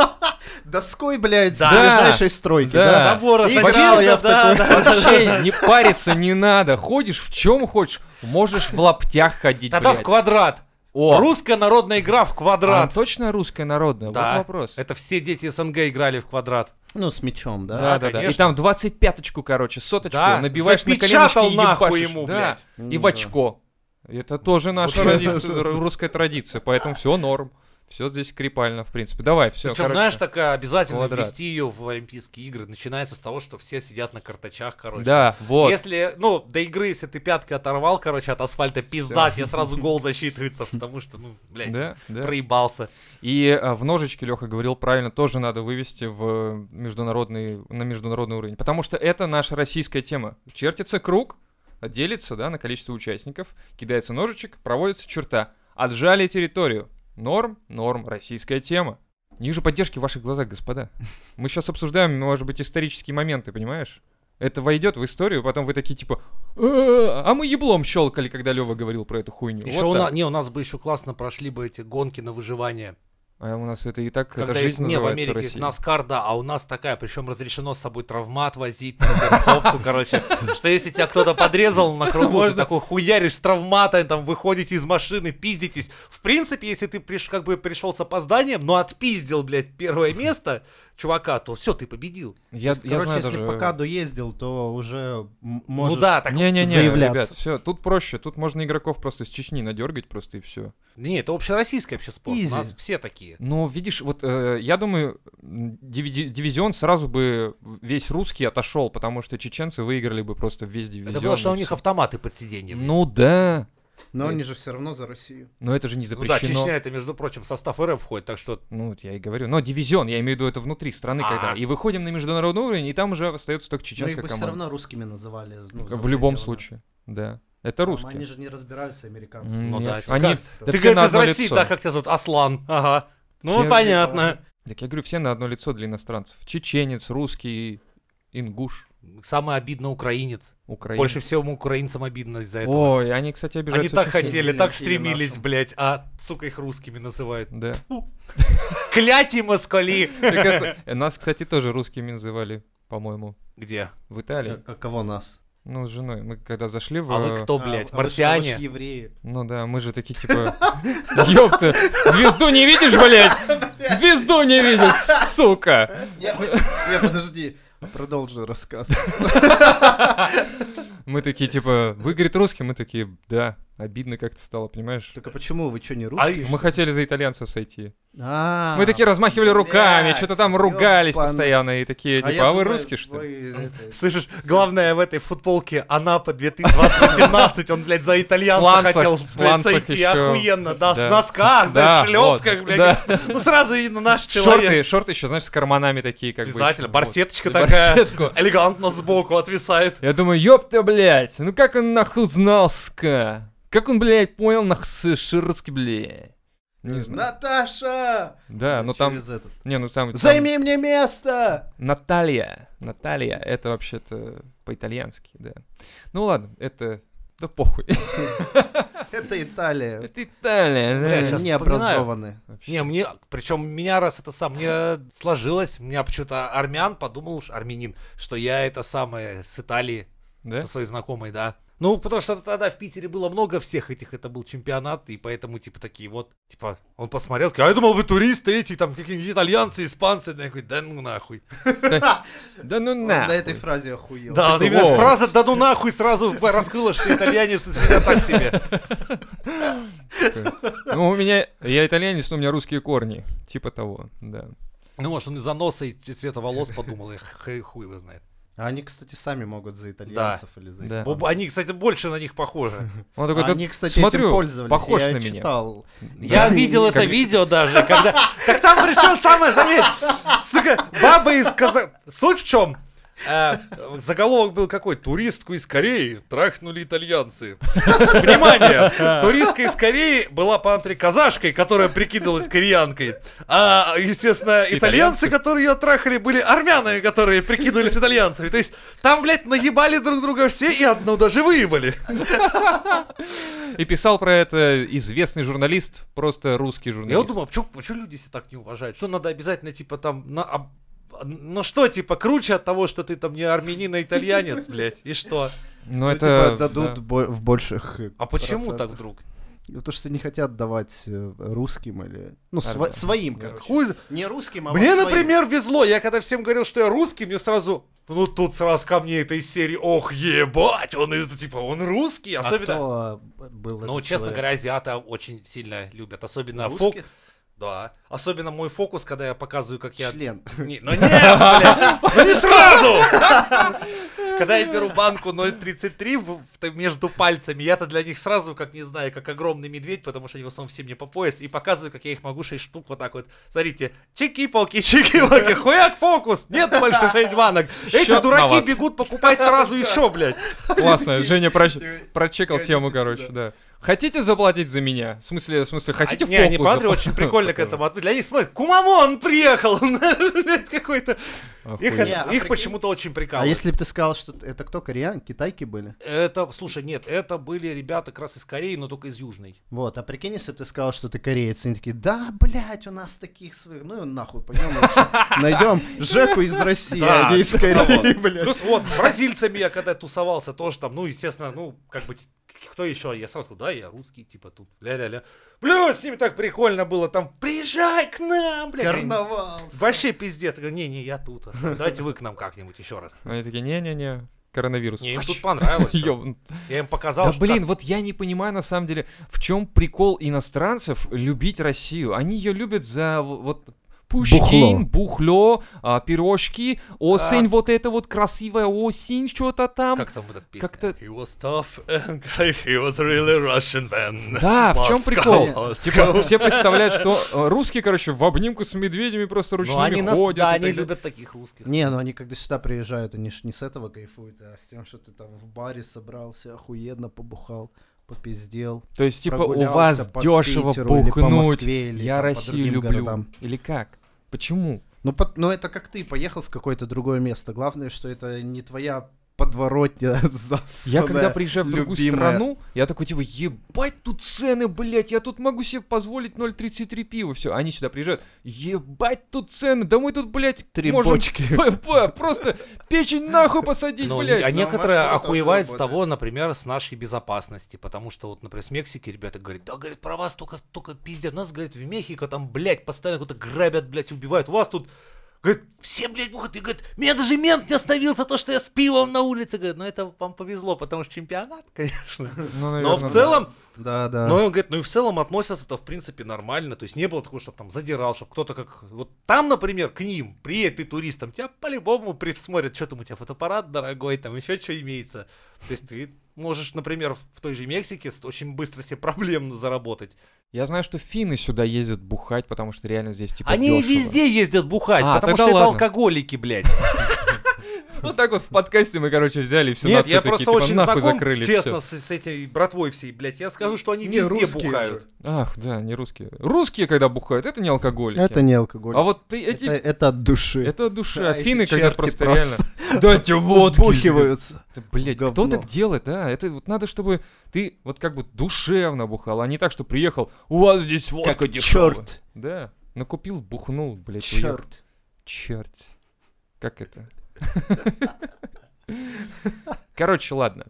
S4: Доской, блядь, с
S1: Да.
S4: ближайшей стройки,
S3: Да.
S4: да?
S1: Забора
S4: Играл
S1: соседа,
S4: я в
S1: да, да.
S3: вообще не париться не надо. Ходишь в чем хочешь, можешь в лаптях ходить,
S1: Тогда в
S3: блядь.
S1: квадрат.
S3: О,
S1: Русская народная игра в
S3: а
S1: квадрат.
S3: точно русская народная?
S1: Да.
S3: Вот вопрос.
S1: Это все дети СНГ играли в квадрат.
S4: Ну, с мечом, да?
S3: Да, да, да. И
S1: конечно.
S3: там 25-очку, короче, соточку
S1: Да,
S3: набиваешь на
S1: запечатал
S3: коленочке и
S1: нахуй
S3: ебашишь.
S1: ему,
S3: да. И
S4: Ну
S3: в
S4: да.
S3: очко. Это тоже наша
S1: Вот это-
S3: традиция, ру- русская традиция, поэтому все норм. Все здесь крипально, в принципе. Давай, все.
S1: Причем, знаешь, такая обязательно
S3: квадрат.
S1: ввести ее в Олимпийские игры. Начинается с того, что все сидят на карточах, короче.
S3: Да, вот.
S1: Если, ну, до игры, если ты пяткой оторвал, короче, от асфальта, пизда, тебе сразу гол засчитывается, потому что, ну, блядь,
S3: Да, да.
S1: проебался.
S3: И а, в ножичке, Леха говорил правильно, тоже надо вывести в э, международный, на международный уровень. Потому что это наша российская тема. Чертится круг, делится да, на количество участников, кидается ножичек, проводится черта. Отжали территорию. Норм, норм, российская тема. Не вижу поддержки в ваших глазах, господа. Мы сейчас обсуждаем, может быть, исторические моменты, понимаешь? Это войдет в историю, потом вы такие типа, «Э, а мы еблом щелкали, когда Лева говорил про эту хуйню.
S1: Еще
S3: Вот
S1: у
S3: так.
S1: нас, не, у нас бы еще классно прошли бы эти гонки на выживание.
S3: А у нас это и так, это
S1: Когда есть,
S3: жизнь
S1: не, в
S3: называется
S1: Америке есть
S3: Россия.
S1: NASCAR, да, а у нас такая, причем разрешено с собой травмат возить, там, концовку, короче, что если тебя кто-то подрезал на кругу, ты
S3: Можно.
S1: такой хуяришь с травмата, там, выходите из машины, пиздитесь. В принципе, если ты приш- как бы пришел с опозданием, но отпиздил, блядь, первое место чувака, то все, ты победил.
S3: Я, я
S4: Короче,
S3: знаю
S4: если
S3: даже...
S4: по каду ездил, то уже м-
S1: Ну
S4: можешь...
S1: да, так,
S3: Не-не-не,
S4: заявляться.
S3: ребят, все, тут проще, тут можно игроков просто из Чечни надергать просто и все.
S1: не, это общероссийский вообще спорт, у
S4: Изи.
S1: нас все такие.
S3: Но видишь, вот э, я думаю, м, дивиди- дивизион сразу бы весь русский отошел, потому что чеченцы выиграли бы просто весь дивизион.
S1: Это потому что
S3: и
S1: у них
S3: всё.
S1: автоматы под сиденьем.
S3: Ну да,
S4: Но они же все равно за Россию.
S3: но это же не
S1: Ну да,
S3: запрещено.
S1: Чечня это, между прочим, в состав РФ входит, так что
S3: Ну, вот я и говорю. Но дивизион, я имею в виду это внутри страны, когда.
S1: А. Ну,
S3: И выходим на международный уровень, и там уже остается только
S4: Но их
S3: чеченская
S4: бы все
S3: команда.
S4: равно русскими называли. ну, за
S3: В любом
S4: пределы.
S3: случае, да. Это
S4: Там
S3: русские.
S4: Они же не разбираются, американцы.
S3: М,
S1: Ну
S3: нет,
S1: да, это
S3: они-
S1: как?
S3: да
S1: ты
S3: все на
S1: говоришь, из
S3: одно
S1: России,
S3: лицо.
S1: да, как тебя зовут? Аслан. Ага. Ну,
S3: Все
S1: понятно.
S3: Так я говорю, все на одно лицо для иностранцев. Чеченец, русский, ингуш,
S1: Самое обидно украинец.
S3: украинец.
S1: Больше всего украинцам обидно из-за этого.
S3: Ой, они, кстати, обижаются
S1: Они так
S3: очень сильно.
S1: хотели,
S4: Или-
S1: так
S4: или
S1: стремились,
S4: нашим.
S1: блядь, а, сука, их русскими называют.
S3: Да.
S1: Кляти москали!
S3: Так это- э, Нас, кстати, тоже русскими называли, по-моему,
S1: Где?
S3: в Италии.
S4: Как- как Кого нас?
S3: Ну, с женой. Мы когда зашли в...
S1: А вы кто,
S4: А,
S1: блядь?
S4: а вы что, вы ж
S1: Марсиане?
S4: евреи.
S3: Ну да, мы же такие, типа... Ёпта, звезду не видишь, блядь? Звезду не видишь, сука!
S4: Я, я- подожди, продолжу рассказ.
S3: Мы такие, типа, вы, говорит, русский? Мы такие, да. Обидно как-то стало, понимаешь?
S4: Так а почему вы что, не
S1: А,
S4: русские?
S3: Мы хотели за итальянца сойти.
S4: А,
S3: Мы такие размахивали руками,
S4: блядь,
S3: что-то там ругались
S4: ёпан.
S3: постоянно, и такие,
S4: я
S3: типа, а вы
S4: думаю,
S3: русские, что ли?
S4: вы это-
S1: Слышишь, главное в этой футболке Анапа 2018, он, блядь, за итальянца
S3: Сланцах,
S1: хотел, блядь,
S3: сланцах
S1: сойти.
S3: ещё.
S1: Охуенно, да,
S3: Да.
S1: в носках, да,
S3: Да,
S1: в шлепках,
S3: вот,
S1: блядь. Ну, сразу видно, наш человек.
S3: Шорты, шорты еще, знаешь, с карманами такие, как бы.
S1: Обязательно,
S3: ещё,
S1: барсеточка
S3: вот.
S1: такая.
S3: Барсетку.
S1: Элегантно сбоку отвисает.
S3: Я думаю, ёпта, блядь, ну как он нахуй знал, ска? Как он, блядь, понял, нах с- широцкий, блядь? Не знаю.
S4: Наташа!
S3: Да, но там...
S4: Через этот.
S3: Не, ну там... там
S4: Займи мне место!
S3: Наталья. Наталья, это вообще-то по-итальянски, да. Ну ладно, это... Да похуй.
S4: Это Италия.
S3: Это Италия, да.
S1: Бля, щас
S4: Не образованные.
S3: Вообще.
S1: Не, мне, причем меня раз это сам, мне сложилось, меня почему-то армян подумал, ш- армянин, что я это самое с Италии,
S3: Да?
S1: со своей знакомой, да. Ну, потому что тогда в Питере было много всех этих, это был чемпионат, и поэтому, типа, такие вот, типа, он посмотрел, такой, а я думал, вы туристы эти, там, какие-нибудь итальянцы, испанцы, я говорю, да ну нахуй.
S3: Да ну
S4: Он
S3: на.
S4: на этой фразе охуел.
S1: Да,
S3: такой,
S1: именно
S3: «Воу».
S1: фраза «да ну нахуй» сразу раскрыла, что итальянец из меня так себе.
S3: Ну у меня... Я итальянец, но у меня русские корни. Типа того, да.
S1: Ну, может, он из-за носа и цвета волос подумал, и х- хуй его знает.
S4: А они, кстати, сами могут за итальянцев или за
S3: Да.
S4: испанцев.
S1: Бо- Они, кстати, больше на них похожи.
S3: Он такой,
S4: А
S3: да
S4: Они, кстати, этим
S3: смотрю,
S4: пользовались.
S3: похож
S4: я
S3: на меня.
S4: читал.
S1: Я
S4: Да.
S1: видел это
S3: Как-
S1: видео даже, когда... Так там причем самое, заметь, сука, баба из Каза... Суть в чем? Э, заголовок был какой? Туристку из Кореи трахнули итальянцы. Внимание! Туристка из Кореи была по антре казашкой, которая прикидывалась кореянкой. А, естественно, итальянцы,
S3: Итальянцы.
S1: которые ее трахали, были армянами, которые прикидывались итальянцами. То есть там, блядь, наебали друг друга все и одну даже выебали.
S3: И писал про это известный журналист, просто русский
S1: Я вот
S3: журналист.
S1: думал, почему, почему люди себя так не уважают? Что надо обязательно, типа, там, на, об- ну что, типа, круче от того, что ты там не армянин, а итальянец, блядь, и что?
S3: Но
S4: Ну,
S3: это...
S4: типа, дадут бо- в больших... э,
S1: А почему так
S4: процентах.
S1: вдруг?
S4: Потому что не хотят давать э, русским или... Ну, сва-
S3: Армянам.
S4: своим,
S3: Да.
S4: короче.
S1: Хуй... зна-
S4: Не русским, а
S1: Мне,
S4: вот своим.
S1: например, везло, я когда всем говорил, что я русский, мне сразу... Ну тут сразу ко мне этой серии, ох, ебать, он из, типа, он русский,
S4: А
S1: особенно...
S4: кто, э, б- был
S1: Ну,
S4: этот
S1: честно
S4: человек?
S1: говоря, азиаты очень сильно любят, особенно фок.
S4: Русских?
S1: Да. Особенно мой фокус, когда я показываю, как я...
S4: Член. А
S1: Не, ну нет, блядь, ну не сразу! Когда я беру банку 0,33 в- в- между пальцами, я-то для них сразу, как не знаю, как огромный медведь, потому что они в основном все мне по пояс, и показываю, как я их могу 6 штук вот так вот. Смотрите, чики-палки, чики-палки, хуяк фокус, нет больше 6 банок. Эти
S3: Счёт на
S1: дураки
S3: вас.
S1: бегут покупать сразу еще, блядь.
S3: Классно, Женя проч- прочекал
S4: я
S3: тему,
S4: иду
S3: короче, да.
S4: сюда.
S3: Хотите заплатить за меня? В смысле, в смысле, хотите
S1: а, не, они,
S3: фокус?
S1: Патри очень прикольно к этому относятся. Для них смотрят, Кумамон приехал! Блядь, какой-то. Их,
S3: Охуеть.
S1: это-
S4: Не, а
S1: их
S4: прикинь-
S1: почему-то очень
S4: А
S1: прикалывает.
S4: если бы ты сказал, что это кто, кореян, китайки были?
S1: Это, слушай, нет, это были ребята как раз из Кореи, но только из Южной.
S4: Вот, а прикинь, если бы ты сказал, что ты кореец, они такие, да, блядь, у нас таких своих, ну и нахуй, пойдем найдем Жеку из России,
S1: Да,
S4: а не из
S1: да,
S4: Кореи,
S1: вот.
S4: блядь.
S1: Плюс вот, с бразильцами я когда тусовался, тоже там, ну, естественно, ну, как бы, кто еще? Я сразу сказал, да, я русский, типа тут, ля-ля-ля. Бля, с ними так прикольно было, там, приезжай к нам, бля.
S4: Карнавал.
S1: Вообще пиздец. Я говорю, не-не, я тут. а, Давайте вы к нам как-нибудь еще раз.
S3: Они такие, не-не-не, коронавирус.
S1: Не, им
S3: Ах,
S1: тут
S3: чё-
S1: понравилось. чё.
S3: ёбан-
S1: Я им показал,
S3: Да
S1: что
S3: блин, вот я не понимаю на самом деле, в чем прикол иностранцев любить Россию. Они ее любят за в- вот Пушкин, бухло, а, пирожки, осень, вот это вот красивая осень, что-то там.
S1: Как там вот эта песня?
S3: Как-то-
S1: He was tough and he was really Russian man.
S3: Да, в чем
S1: Moscow,
S3: прикол?
S1: Moscow.
S3: Типа, все представляют, что э, русские, короче, в обнимку с медведями просто
S1: Ну,
S3: ручными
S1: они нас,
S3: ходят.
S1: да, они
S3: и так далее.
S1: любят таких русских.
S4: Не, ну они когда сюда приезжают, они ж не с этого кайфуют, а с тем, что ты там в баре собрался, охуенно побухал, попиздел.
S3: То есть, типа, у
S4: прогулялся
S3: вас
S4: по
S3: дешево
S4: Питеру или по
S3: бухнуть.
S4: Москве, или
S3: Я
S4: там по
S3: Россию
S4: другим
S3: люблю.
S4: городам.
S3: Или как? Почему?
S4: Ну, под- ну это как ты поехал в какое-то другое место. Главное, что это не твоя подворотня
S3: Я
S4: засанная,
S3: когда приезжаю в другую
S4: любимая.
S3: страну, я такой типа, ебать тут цены, блять, я тут могу себе позволить 0,33 пива, все. Они сюда приезжают, ебать тут цены, да мы тут, блять,
S4: Три бочки.
S3: просто печень нахуй посадить,
S1: Ну,
S3: блять.
S1: а
S4: ну,
S1: некоторые
S4: маршрут тоже
S1: охуевают с
S4: работает.
S1: того, например, с нашей безопасности. Потому что, вот, например, с Мексики ребята говорят, да, говорит, про вас только, только пиздец. Нас, говорит, в Мехико там, блядь, постоянно кого-то грабят, блядь, убивают. У вас тут, говорит, все, блядь, бухают. И говорит, меня даже мент не остановился, то, что я с пивом на улице. Говорит, ну это вам повезло, потому что чемпионат, конечно.
S3: Ну,
S1: Но
S3: наверно,
S1: в целом,
S4: Да, да.
S1: Ну, и он говорит, ну и в целом относятся-то, в принципе, нормально. То есть не было такого, чтобы там задирал, чтобы кто-то как... Вот там, например, к ним приедет ты туристом, тебя по-любому присмотрят, что там у тебя фотоаппарат дорогой, там еще что имеется. То есть ты можешь, например, в той же Мексике с- очень быстро себе проблемно заработать.
S3: Я знаю, что финны сюда ездят бухать, потому что реально здесь типа
S1: Они
S3: дешево.
S1: везде ездят бухать,
S3: А,
S1: потому
S3: тогда
S1: что это
S3: ладно.
S1: алкоголики, блядь.
S3: Вот так вот в подкасте мы, короче, взяли и всю
S1: Нет,
S3: нацию
S1: я
S3: такие,
S1: просто
S3: типа,
S1: очень
S3: нахуй
S1: знаком
S3: закрыли
S1: тесно
S3: всё.
S1: с, с этой братвой всей, блядь. Я скажу, что они
S4: Не
S1: везде
S4: русские
S1: бухают.
S4: же.
S3: Ах, да, не русские. Русские, когда бухают, это не алкоголики.
S4: Это не алкоголь.
S3: А вот ты-
S4: это,
S3: эти
S4: это от души.
S3: Это душа.
S4: А
S3: Финны,
S4: эти
S3: когда
S4: черти
S3: просто
S4: просто
S3: реально... Дайте водки!
S4: Бухиваются.
S3: Да, Блядь,
S4: Говно.
S3: кто так делает, а? Это вот надо, чтобы ты вот как бы душевно бухал, а не так, что приехал, у вас здесь водка
S4: Как
S3: дешёвая».
S4: черт.
S3: Да, накупил, бухнул, блядь, уехал.
S4: Черт.
S3: Черт. Как это? Короче, ладно.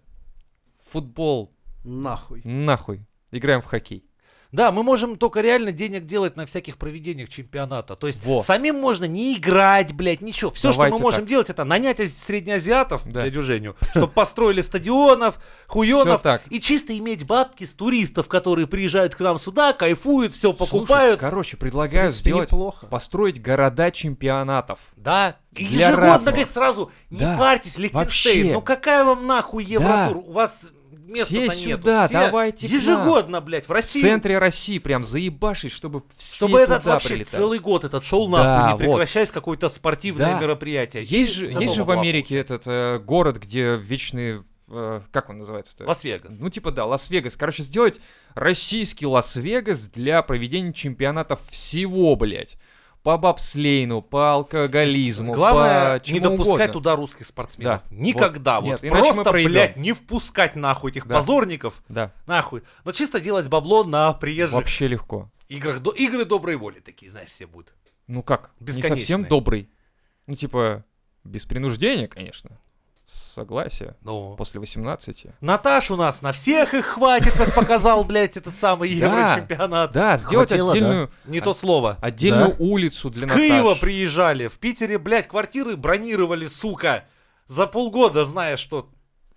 S3: Футбол,
S4: Нахуй.
S3: нахуй. Играем в хоккей.
S1: Да, мы можем только реально денег делать на всяких проведениях чемпионата. То есть
S3: Во.
S1: самим можно не играть, блядь, ничего. Все,
S3: Давайте
S1: что мы можем
S3: так.
S1: делать, это нанять из- среднеазиатов,
S3: Да.
S1: дядю Женю, чтобы построили стадионов,
S3: Все
S1: хуенов.
S3: так.
S1: И чисто иметь бабки с туристов, которые приезжают к нам сюда, кайфуют, все
S3: Слушай,
S1: покупают.
S3: короче, предлагаю
S4: Это
S3: сделать...
S4: неплохо.
S3: Построить города чемпионатов.
S1: Да, и
S3: Для
S1: ежегодно,
S3: разного.
S1: говорит, сразу, не
S3: Да.
S1: парьтесь, Лихтенштейн,
S3: Вообще.
S1: ну какая вам нахуй Евротур, у вас места-то
S3: Все
S1: нету.
S3: сюда,
S1: Все
S3: давайте к нам.
S1: Ежегодно, блядь, в
S3: В
S1: России
S3: центре России прям заебашить, чтобы все
S1: Чтобы этот
S3: туда
S1: вообще
S3: прилетали.
S1: целый год этот шел
S3: Да,
S1: нахуй, не
S3: вот.
S1: прекращаясь какое-то спортивное
S3: Да.
S1: мероприятие.
S3: Есть же,
S1: Зато
S3: есть же в
S1: бабла
S3: Америке этот э, город, где вечный, э, как он называется-то?
S1: Лас-Вегас.
S3: Ну типа да, Лас-Вегас. Короче, сделать российский Лас-Вегас для проведения чемпионатов всего, блядь. По бобслейну, по алкоголизму,
S1: Главное,
S3: по чему
S1: не допускать
S3: угодно.
S1: туда русских спортсменов.
S3: Да.
S1: Никогда.
S3: Вот.
S1: Вот,
S3: Нет, иначе мы
S1: просто,
S3: проебем.
S1: блядь, не впускать нахуй этих
S3: Да.
S1: позорников.
S3: Да,
S1: Нахуй. Но чисто делать бабло на приезжих
S3: вообще легко.
S1: играх. До- Игры доброй воли такие, знаешь, все будут.
S3: Ну как, не совсем
S1: Бесконечные.
S3: добрый. Ну типа, без принуждения, конечно. Согласие.
S1: Ну.
S3: После 18.
S1: Наташ у нас на всех их хватит, как показал, блядь, этот самый
S3: Да.
S1: Еврочемпионат.
S3: Да, сделать
S4: Хватило, да?
S3: отдельную...
S1: Не то слово.
S3: Отдельную
S4: Да?
S3: улицу
S1: С
S3: для
S1: Киева
S3: Наташ.
S1: приезжали, в Питере, блядь, квартиры бронировали, сука. За полгода, зная, что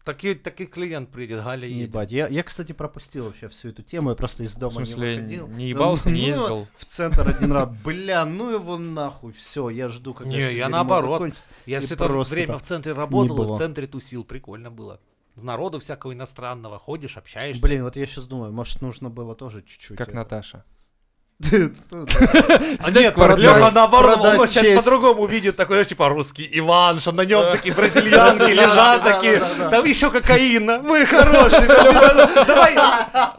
S1: Такие, таких клиент приедет, Галя едет.
S4: Ебать. Я, я, кстати, пропустил вообще всю эту тему. Я просто из дома
S3: В смысле,
S4: не выходил.
S3: не ебался,
S4: Ну,
S3: не
S4: ну,
S3: ездил?
S4: В центр один раз. Бля, ну его нахуй. Все, я жду, когда
S1: Не,
S4: всё
S1: я
S4: дерьмо
S1: наоборот.
S4: закончится.
S1: Я
S4: И
S1: все это
S4: просто
S1: время
S4: там
S1: в центре работал, и в
S4: было.
S1: центре тусил, прикольно было. С народу всякого иностранного ходишь, общаешься.
S4: Блин, вот я сейчас думаю, может, нужно было тоже чуть-чуть.
S3: Как
S4: это.
S3: Наташа.
S4: А
S3: квартиру.
S4: нет, продать-
S1: Лёха, наоборот, он
S4: продать
S1: его сейчас
S4: честь.
S1: по-другому видит, такой, знаешь, типа, русский Иванша, на нем такие бразильянские лежат, такие, там еще кокаина, вы хорошие, давай-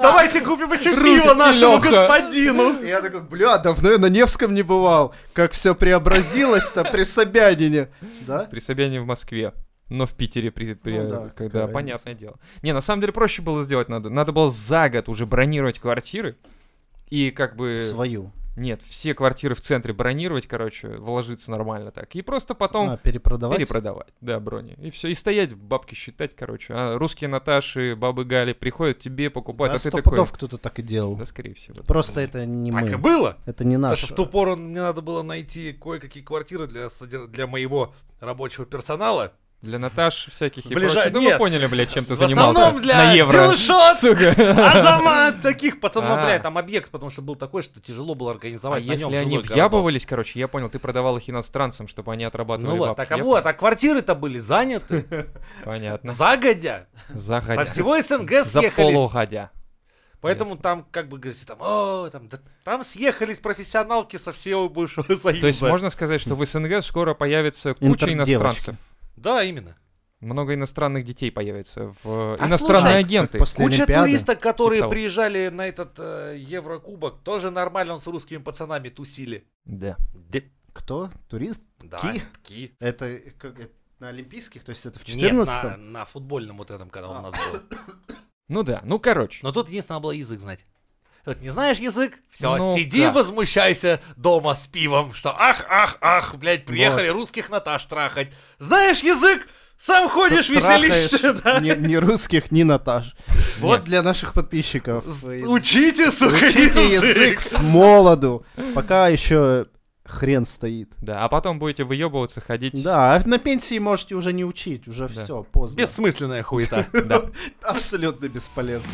S1: давайте купим еще пиво
S3: Русский
S1: нашему
S3: Лёха.
S1: господину.
S4: Я такой, бля, давно я на Невском не бывал. Как все преобразилось-то при Собянине. Да?
S3: При Собянине в Москве. Но в Питере, при, при-
S4: Ну да, какая
S3: когда
S4: разница.
S3: понятное дело. Не, на самом деле проще было сделать надо. Надо было за год уже бронировать квартиры. И как
S4: Э,
S3: бы...
S4: Свою.
S3: Нет, все квартиры в центре бронировать, короче, вложиться нормально так. И просто потом
S4: А, перепродавать?
S3: перепродавать, да, брони. И все, и стоять, бабки считать, короче. А русские Наташи, бабы Гали приходят тебе покупать,
S4: Да,
S3: а ты
S4: сто
S3: такой...
S4: пудов кто-то так и делал.
S3: Да, скорее всего.
S4: Просто это не
S1: Так и
S4: мы.
S1: было.
S4: Это не
S1: Потому
S4: наш.
S1: что в ту пору мне надо было найти кое-какие квартиры для, содер- для моего рабочего персонала.
S3: Для Наташ всяких и
S1: Ближа-
S3: прочих. Да
S1: Нет.
S3: вы поняли, блядь, чем ты
S1: В
S3: занимался
S1: основном для
S3: на евро.
S1: Дилшот.
S3: Сука.
S1: Азамат! Таких пацанов,
S3: А.
S1: бля, там объект, потому что был такой, что тяжело было
S3: А
S1: организовать. на нём
S3: если они
S1: жилой городок.
S3: въябывались, короче, я понял, ты продавал их иностранцам, чтобы они отрабатывали
S1: Ну вот,
S3: бабки.
S1: так а
S3: Я
S1: вот, а квартиры-то были заняты,
S3: понял. Понятно.
S1: загодя, со
S3: Заходя.
S1: всего СНГ
S3: За
S1: съехались.
S3: полугодя.
S1: Поэтому там, как бы, говорите, там, «О, там, да там съехались профессионалки со всего бывшего союза.
S3: То есть можно сказать, что в СНГ скоро появится куча
S4: Интердевочки.
S3: иностранцев.
S1: Да, именно.
S3: Много иностранных детей появится. В...
S1: А
S3: Иностранные
S1: слушай,
S3: агенты.
S4: после
S1: Куча
S4: Олимпиады. типа
S1: туристок, которые
S3: того.
S1: приезжали на этот э, Еврокубок, тоже нормально он с русскими пацанами тусили.
S3: Да.
S4: Кто? Турист?
S1: Да,
S4: Ки?
S1: ки.
S4: Это как это на Олимпийских? То есть это в А.
S1: Нет,
S4: 14
S1: на, на футбольном вот этом, когда он у нас был.
S3: Ну да, ну короче.
S1: Но тут единственное было язык знать. Вот не знаешь язык, все,
S3: Ну
S1: сиди,
S3: да.
S1: возмущайся дома с пивом, что ах, ах, ах, блядь, приехали русских Наташ трахать. Знаешь язык, сам ходишь, веселишься, да.
S4: ни, ни русских, ни Наташ. Вот
S3: Нет.
S4: для наших подписчиков.
S1: С-
S4: Из-
S1: Учите, сука,
S4: Учите
S1: язык.
S4: язык с молоду, пока еще хрен стоит.
S3: Да, а потом будете выебываться, ходить.
S4: Да, а на пенсии можете уже не учить, уже
S3: Да.
S4: все, поздно.
S1: Бессмысленная хуета.
S3: Да.
S4: Абсолютно бесполезно.